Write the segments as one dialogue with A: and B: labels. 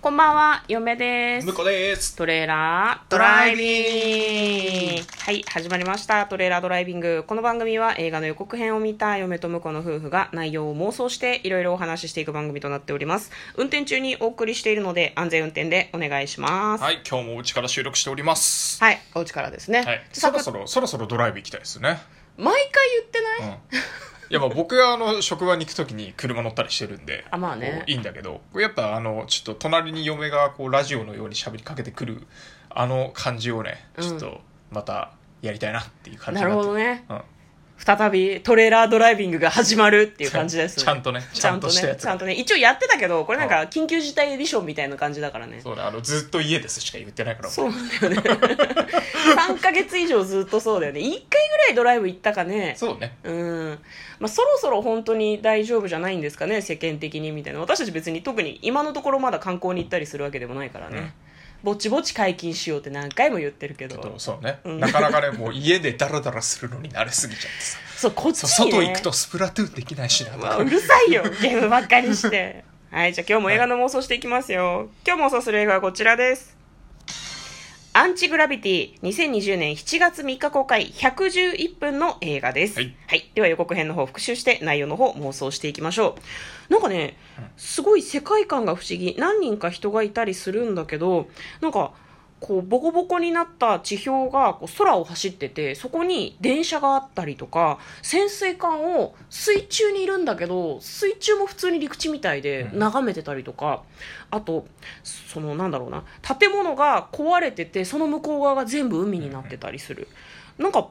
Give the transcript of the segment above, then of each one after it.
A: こんばんは、嫁です
B: 向。こうです。
A: トレーラード
B: ド
A: ラ
B: ラ
A: イ
B: イ
A: ビ
B: ビ
A: ン
B: ン
A: グ
B: グ
A: はい、始まりました。トレーラードライビング。この番組は映画の予告編を見た嫁と婿の夫婦が内容を妄想していろいろお話ししていく番組となっております。運転中にお送りしているので安全運転でお願いします。はい、
B: はい、今日もお家から収録しております。
A: お家からですね。
B: はい、そ
A: サク
B: ろ
A: ッ
B: そろ、そろそろドライブ行きたいですね。
A: 毎回言って
B: う
A: ない、
B: ん。いや、まあ僕があの、 職場に行くときに車乗ったりしてるんで、
A: あまあね
B: こういいんだけど、これやっぱあの、ちょっと隣に嫁がこう、ラジオのように喋りかけてくる、あの感じをね、
A: ん
B: ちょっと、また、やりたいなっていう感じ
A: な
B: に
A: る
B: なっ
A: ほ
B: て
A: どね。
B: うん。
A: 再びトレーラードライビングが始まるっていう感じです、
B: ちゃんとね
A: ちゃんと
B: ちゃんとした
A: ね
B: や。つ
A: ちゃんとね。一応やってたけど、これなんか緊急事態エディションみたいな感じだからね。
B: そうね、あの、ずっと家ですしか言ってないから、
A: そうなんだよね 3ヶ月以上ずっとそうだよね1回ぐらいドライブ行ったかね
B: そうね。
A: うんまあ、そろそろ本当に大丈夫じゃないんですかね世間的にみたいな私たち別に特に今のところまだ観光に行ったりするわけでもないからね、ぼちぼち解禁しようって何回も言ってるけど
B: けどそうね、
A: ん
B: なかなかねもう家でダラダラするのに慣れすぎちゃってさ
A: そうこっち
B: そう
A: に、ね、
B: 外行くとスプラトゥーンできないしなと
A: うわ
B: か
A: うるさいよゲームばっかりして はいじゃあ今日も映画の妄想していきますよ、今日妄想する映画はこちらですアンチグラビティ2020年7月3日公開111分の映画です、
B: はい
A: では予告編の方を復習して内容の方妄想していきましょうなんかねすごい世界観が不思議何人か人がいたりするんだけどなんかこうボコボコになった地表がこう空を走っててそこに電車があったりとか潜水艦を水中にいるんだけど水中も普通に陸地みたいで
B: うん
A: 眺めてたりとか、あとそのなんだろうな建物が壊れててその向こう側が全部海になってたりする、なんか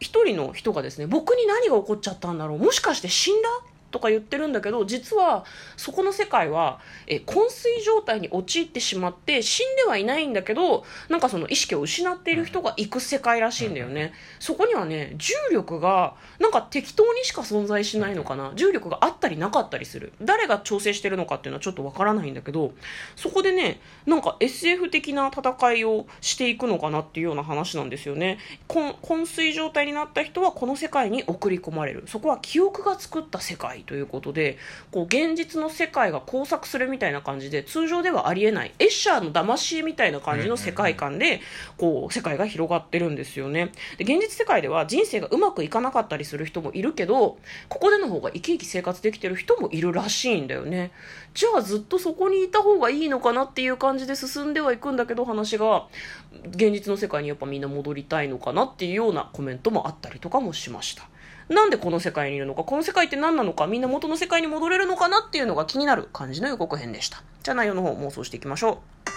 A: 一人の人がですね僕に何が起こっちゃったんだろうもしかして死んだとか言ってるんだけど実はそこの世界はえ昏睡状態に陥ってしまって死んではいないんだけどなんかその意識を失っている人が行く世界らしいんだよね、そこにはね重力がなんか適当にしか存在しないのかな重力があったりなかったりする誰が調整してるのかっていうのはちょっとわからないんだけどそこでねなんか SF 的な戦いをしていくのかなっていうような話なんですよね昏昏睡状態になった人はこの世界に送り込まれるそこは記憶が作った世界ということでこう現実の世界が交錯するみたいな感じで通常ではありえないエッシャーの騙し絵みたいな感じの世界観でこう世界が広がってるんですよねで現実世界では人生がうまくいかなかったりする人もいるけどここでの方が生き生き生活できてる人もいるらしいんだよねじゃあずっとそこにいた方がいいのかなっていう感じで進んではいくんだけど話が現実の世界にやっぱみんな戻りたいのかなっていうようなコメントもあったりとかもしましたなんでこの世界にいるのかこの世界って何なのかみんな元の世界に戻れるのかなっていうのが気になる感じの予告編でしたじゃあ内容の方妄想していきましょう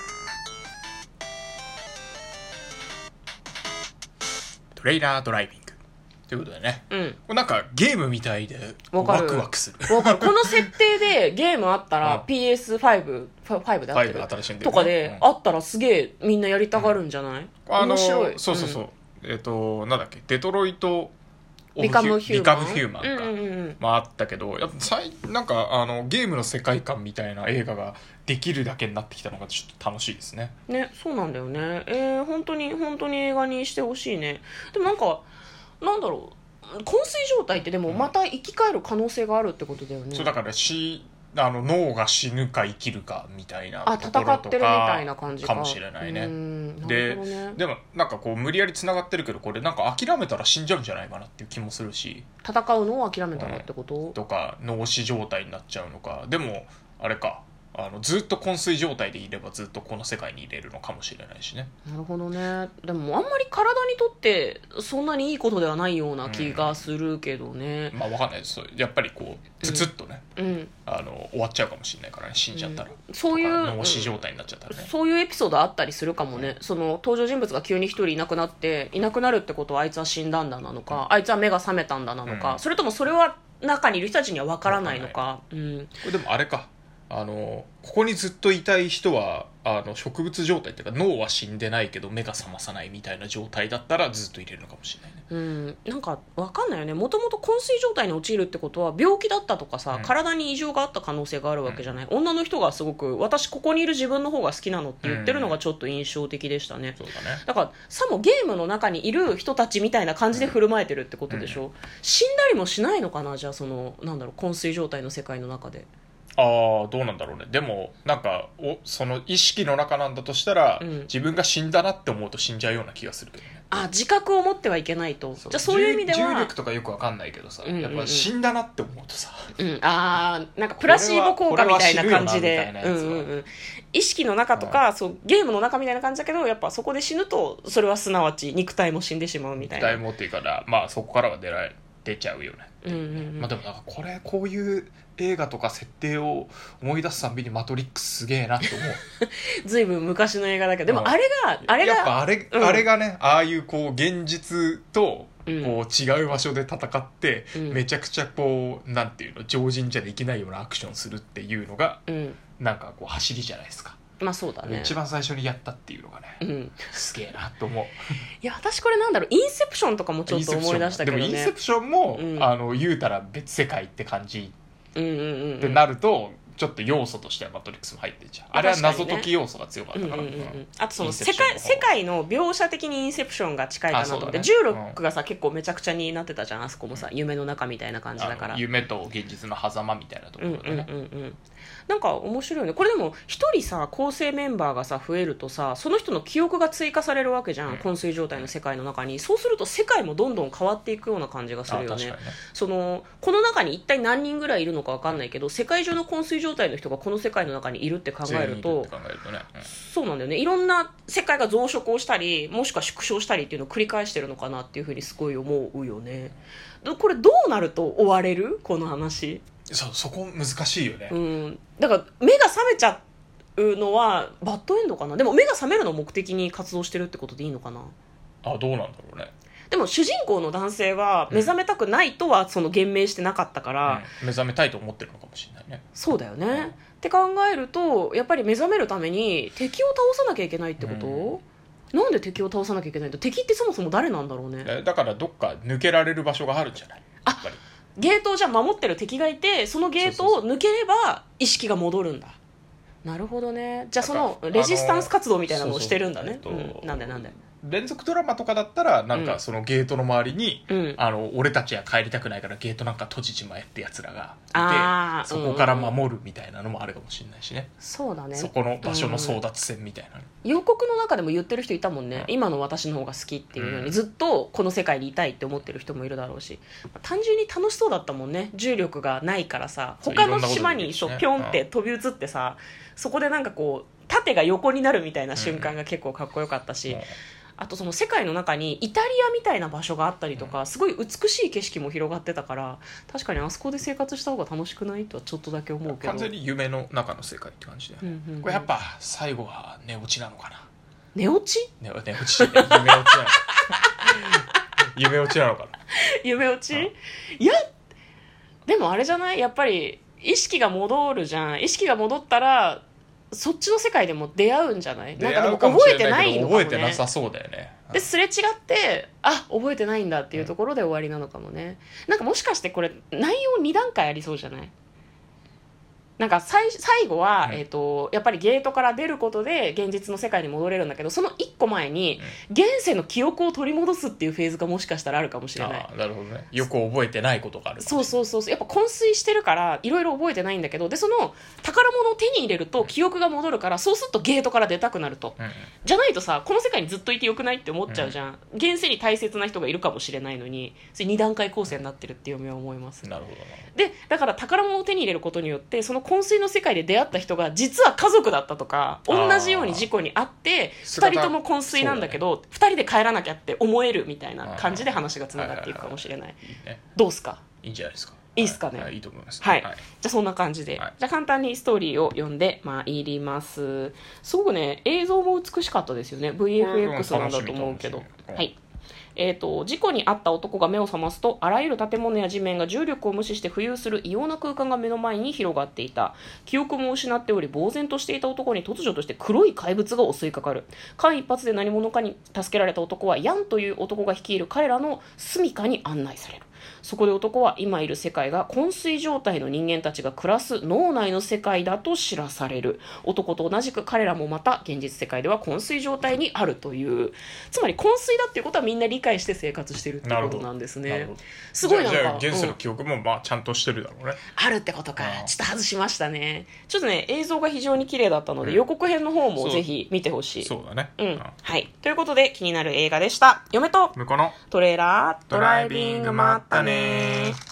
B: トレーラードライビングということでね
A: うん
B: これなんかゲームみたいで
A: わか
B: ワ
A: る
B: クワクする
A: わかるこの設定でゲームあったら
B: う
A: PS5 ファ5であって
B: 5新
A: る
B: しいんだ
A: と
B: よね
A: かで
B: うん
A: あったらすげえみんなやりたがるんじゃない、
B: あの
A: 面白い
B: そうそうそう、えっ、となんだっけデトロイト
A: うんビカムヒューマン
B: ビカムヒューマンか、
A: うんうんうん
B: まああったけどやっぱさいなんかあのゲームの世界観みたいな映画ができるだけになってきたのがちょっと楽しいですね
A: ねそうなんだよねえー、本当に本当に映画にしてほしいねでもなんかなんだろう昏睡状態ってでもまた生き返る可能性があるってことだよね
B: そうだからしあの脳が死ぬか生きるかみたいな
A: あ
B: と
A: 戦
B: ころ
A: っ
B: と
A: てるみたいな感じか
B: かもしれないうね
A: んなる
B: で
A: ほどね
B: でもなんかこう無理やり繋がってるけどこれなんか諦めたら死んじゃうんじゃないかなっていう気もするし
A: 戦うのを諦めたらってこと、
B: とか脳死状態になっちゃうのかでもあれかあのずっと昏睡状態でいればずっとこの世界にいれるのかもしれないしね
A: なるほどねでもあんまり体にとってそんなにいいことではないような気がするけどね
B: まあわかんないですそうやっぱりこうずつっとね、
A: うん、
B: あの終わっちゃうかもしれないからね死んじゃったら、
A: そういう
B: とか脳死状態になっちゃったらね、
A: そういうエピソードあったりするかもね、その登場人物が急に一人いなくなっていなくなるってことはあいつは死んだんだなのか、あいつは目が覚めたんだなのか、
B: うん
A: それともそれは中にいる人たちには分からないのかうん、
B: これでもあれかあのここにずっといたい人はあの植物状態っていうか脳は死んでないけど目が覚まさないみたいな状態だったらずっといれるのかもしれないね
A: うん、なんか分かんないよねもともと昏睡状態に陥るってことは病気だったとかさ、
B: うん
A: 体に異常があった可能性があるわけじゃない、女の人がすごく私ここにいる自分の方が好きなのって言ってるのがちょっと印象的でしたね、
B: そうだね
A: だからさもゲームの中にいる人たちみたいな感じで振る舞えてるってことでしょ、死んだりもしないのかなじゃあそのなんだろう昏睡状態の世界の中で
B: ああどうなんだろうねでもなんかおその意識の中なんだとしたら、
A: うん
B: 自分が死んだなって思うと死んじゃうような気がするけどね
A: あ自覚を持ってはいけないとじゃあそういう意味で
B: 重重
A: は
B: 力とかよくわかんないけどさ、
A: うんうんうん
B: やっぱ死んだなって思うとさ
A: うん、あーなんかプラシーボ効果みたいな感じ
B: これは
A: で
B: これは死ぬよなみたいなやつ
A: うん
B: は
A: うんうん意識の中とか、そうゲームの中みたいな感じだけどやっぱそこで死ぬとそれはすなわち肉体も死んでしまうみたいな
B: 大もっていうからまあそこからは出られ出ちゃうよね、
A: うんうんうん
B: まあでもなんかこれこういう映画とか設定を思い出すたんびに「マトリックス」すげえなって思う
A: ずいぶん昔の映画だけどで
B: う
A: も
B: ん
A: あれが あれ
B: やっ
A: が
B: ぱあれ,、
A: うん
B: あれがねああいうこう現実と
A: うん
B: こう違う場所で戦って、
A: うん
B: めちゃくちゃこうなんていうの常人じゃできないようなアクションするっていうのが
A: うん
B: なんかこう走りじゃないですか、
A: まあそうだね
B: 一番最初にやったっていうのがね、
A: うん、
B: すげえなと思う
A: いや私これなんだろうインセプションとかもちょっと思い出したけど
B: インセ
A: ね
B: プションもでもイン
A: う
B: セプションも、
A: ん
B: あの言うたら別世界って感じ
A: うんうんうん
B: ってなると、ちょっと要素としては「マトリックス」も入ってんじゃんあれは謎解き要素が強かっ
A: うんう
B: た
A: んう
B: か
A: ん
B: ら、
A: う
B: うん
A: ん、あとそ
B: イ
A: の
B: ンセ
A: 世
B: プション
A: 界
B: の方
A: 世界の描写的にインセプションが近いかなと思って、
B: あ
A: 重
B: そうだね
A: 力がさ結構めちゃくちゃになってたじゃんあそこもさ夢の中みたいな感じだか
B: あ
A: ら
B: の夢と現実の狭間みたいなとこ
A: う
B: ろ
A: ん
B: で
A: う
B: ね
A: ん、うんうんなんか面白いよねこれでも一人さ構成メンバーがさ増えるとさその人の記憶が追加されるわけじゃん、
B: うん
A: 昏睡状態の世界の中にそうすると世界もどんどん変わっていくような感じがするよね
B: あ確かにね
A: そのこの中に一体何人ぐらいいるのか分かんないけど世界中の昏睡状態の人がこの世界の中にいるって考える
B: 全員い
A: と
B: って考えるとね、うん
A: そうなんだよねいろんな世界が増殖をしたりもしくは縮小したりっていうのを繰り返してるのかなっていうふうにすごい思うよねどこれどうなると終われるこの話
B: そうそこ難しいよね、
A: うんだから目が覚めちゃうのはバッドエンドかなでも目が覚めるのを目的に活動してるってことでいいのかな
B: あどうなんだろうね、
A: でも主人公の男性は目覚めたくないとはその言明してなかったから、
B: うん目覚めたいと思ってるのかもしれないね
A: そうだよね、
B: うん
A: って考えるとやっぱり目覚めるために敵を倒さなきゃいけないってこと、なんで敵を倒さなきゃいけないんだ敵ってそもそも誰なんだろうね
B: えだからどっか抜けられる場所があるんじゃない
A: あ
B: やっぱり
A: ゲートをじゃあ守ってる敵がいてそのゲートを抜ければ意識が戻るんだなるほどねじゃあそのレジスタンス活動みたいなのをしてるんだね
B: あのそうそうえっと
A: うんなんでなんで
B: 連続ドラマとかだったらなん
A: う
B: か
A: ん
B: そのゲートの周りに、
A: うん
B: あの俺たちは帰りたくないからゲートなんか閉じちまえってやつらが
A: あ
B: いて
A: ー
B: そこから守るみたいなのもあるかもしれないしね、
A: そうだね
B: そこの場所の争奪戦みたいな、
A: 予告の中でも言ってる人いたもんね、
B: うん
A: 今の私の方が好きっていうのに、
B: うん
A: ずっとこの世界にいたいって思ってる人もいるだろうし単純に楽しそうだったもんね重力がないからさ
B: そう
A: 他
B: いろ
A: の
B: んなこと
A: 島
B: で
A: に
B: きるし
A: そう
B: ね
A: ピョンって飛び移ってさ、そこでなんかこう縦が横になるみたいな瞬間が結構かっこよかったし、
B: うん
A: あとその世界の中にイタリアみたいな場所があったりとか、すごい美しい景色も広がってたから確かにあそこで生活した方が楽しくないとはちょっとだけ思うけど
B: 完全に夢の中の世界って感じだよ
A: う
B: ね、
A: んうんうん
B: これやっぱ最後は寝落ちなのかな
A: 寝落ち
B: 寝寝落ちじゃない 夢落ちなのか夢落ちなのかな
A: 夢落ち、
B: うん
A: いやでもあれじゃないやっぱり意識が戻るじゃん意識が戻ったらそっちの世界でも出会うんじゃないなんかでも覚えてないのかも、
B: 覚
A: ね、
B: えてなさそうだよね
A: ですれ違ってあ覚えてないんだっていうところで終わりなのかもね、なんかもしかしてこれ内容2段階ありそうじゃないなんか最最後は、
B: うん
A: えー、とやっぱりゲートから出ることで現実の世界に戻れるんだけどその1個前に現世の記憶を取り戻すっていうフェーズがもしかしたらあるかもしれない
B: ああなるほどねよく覚えてないことがある
A: そうそうそうそうやっぱ昏睡してるからいろいろ覚えてないんだけどでその宝物を手に入れると記憶が戻るからそうするとゲートから出たくなると
B: うんうん
A: じゃないとさこの世界にずっといてよくないって思っちゃうじゃん、現世に大切な人がいるかもしれないのにそれ2段階構成になってるって嫁は思います
B: なるほどな
A: でだから宝物を手に入れることによってその昏睡の世界で出会った人が実は家族だったとか同じように事故に遭って
B: 姿
A: 2人とも昏睡なんだけど2人で帰らなきゃって思えるみたいな感じで話がつながっていくかもしれない
B: いいね
A: どうっすか
B: いいんじゃないですか
A: いいっすかね
B: はいはいいいと思います
A: はいじゃあそんな感じで、
B: はい
A: じゃあ簡単にストーリーを読んでまいりますすごくね映像も美しかったですよね VFX なんだと思うけど
B: 楽しみ楽しみ
A: はいえー、と事故に遭った男が目を覚ますとあらゆる建物や地面が重力を無視して浮遊する異様な空間が目の前に広がっていた記憶も失っており呆然としていた男に突如として黒い怪物が襲いかかる間一髪で何者かに助けられた男はヤンという男が率いる彼らの住処に案内されるそこで男は今いる世界が昏睡状態の人間たちが暮らす脳内の世界だと知らされる男と同じく彼らもまた現実世界では昏睡状態にあるというつまり昏睡だっていうことはみんな理解して生活してるっていうことなんです
B: なる
A: ね
B: ほど
A: すごいなん
B: じゃあじゃ
A: か
B: あ現世の
A: うん
B: 記憶もまあちゃんとしてるだろうね、
A: あるってことか
B: あー
A: ちょっと外しましたねちょっとね映像が非常に綺麗だったので、
B: うん
A: 予告編の方
B: そ
A: も
B: う
A: ぜひ見てほしい
B: そうだね、
A: うん、はいということで気になる映画でした嫁と
B: 向こうの
A: トレーラード
B: ドライビングもあったねー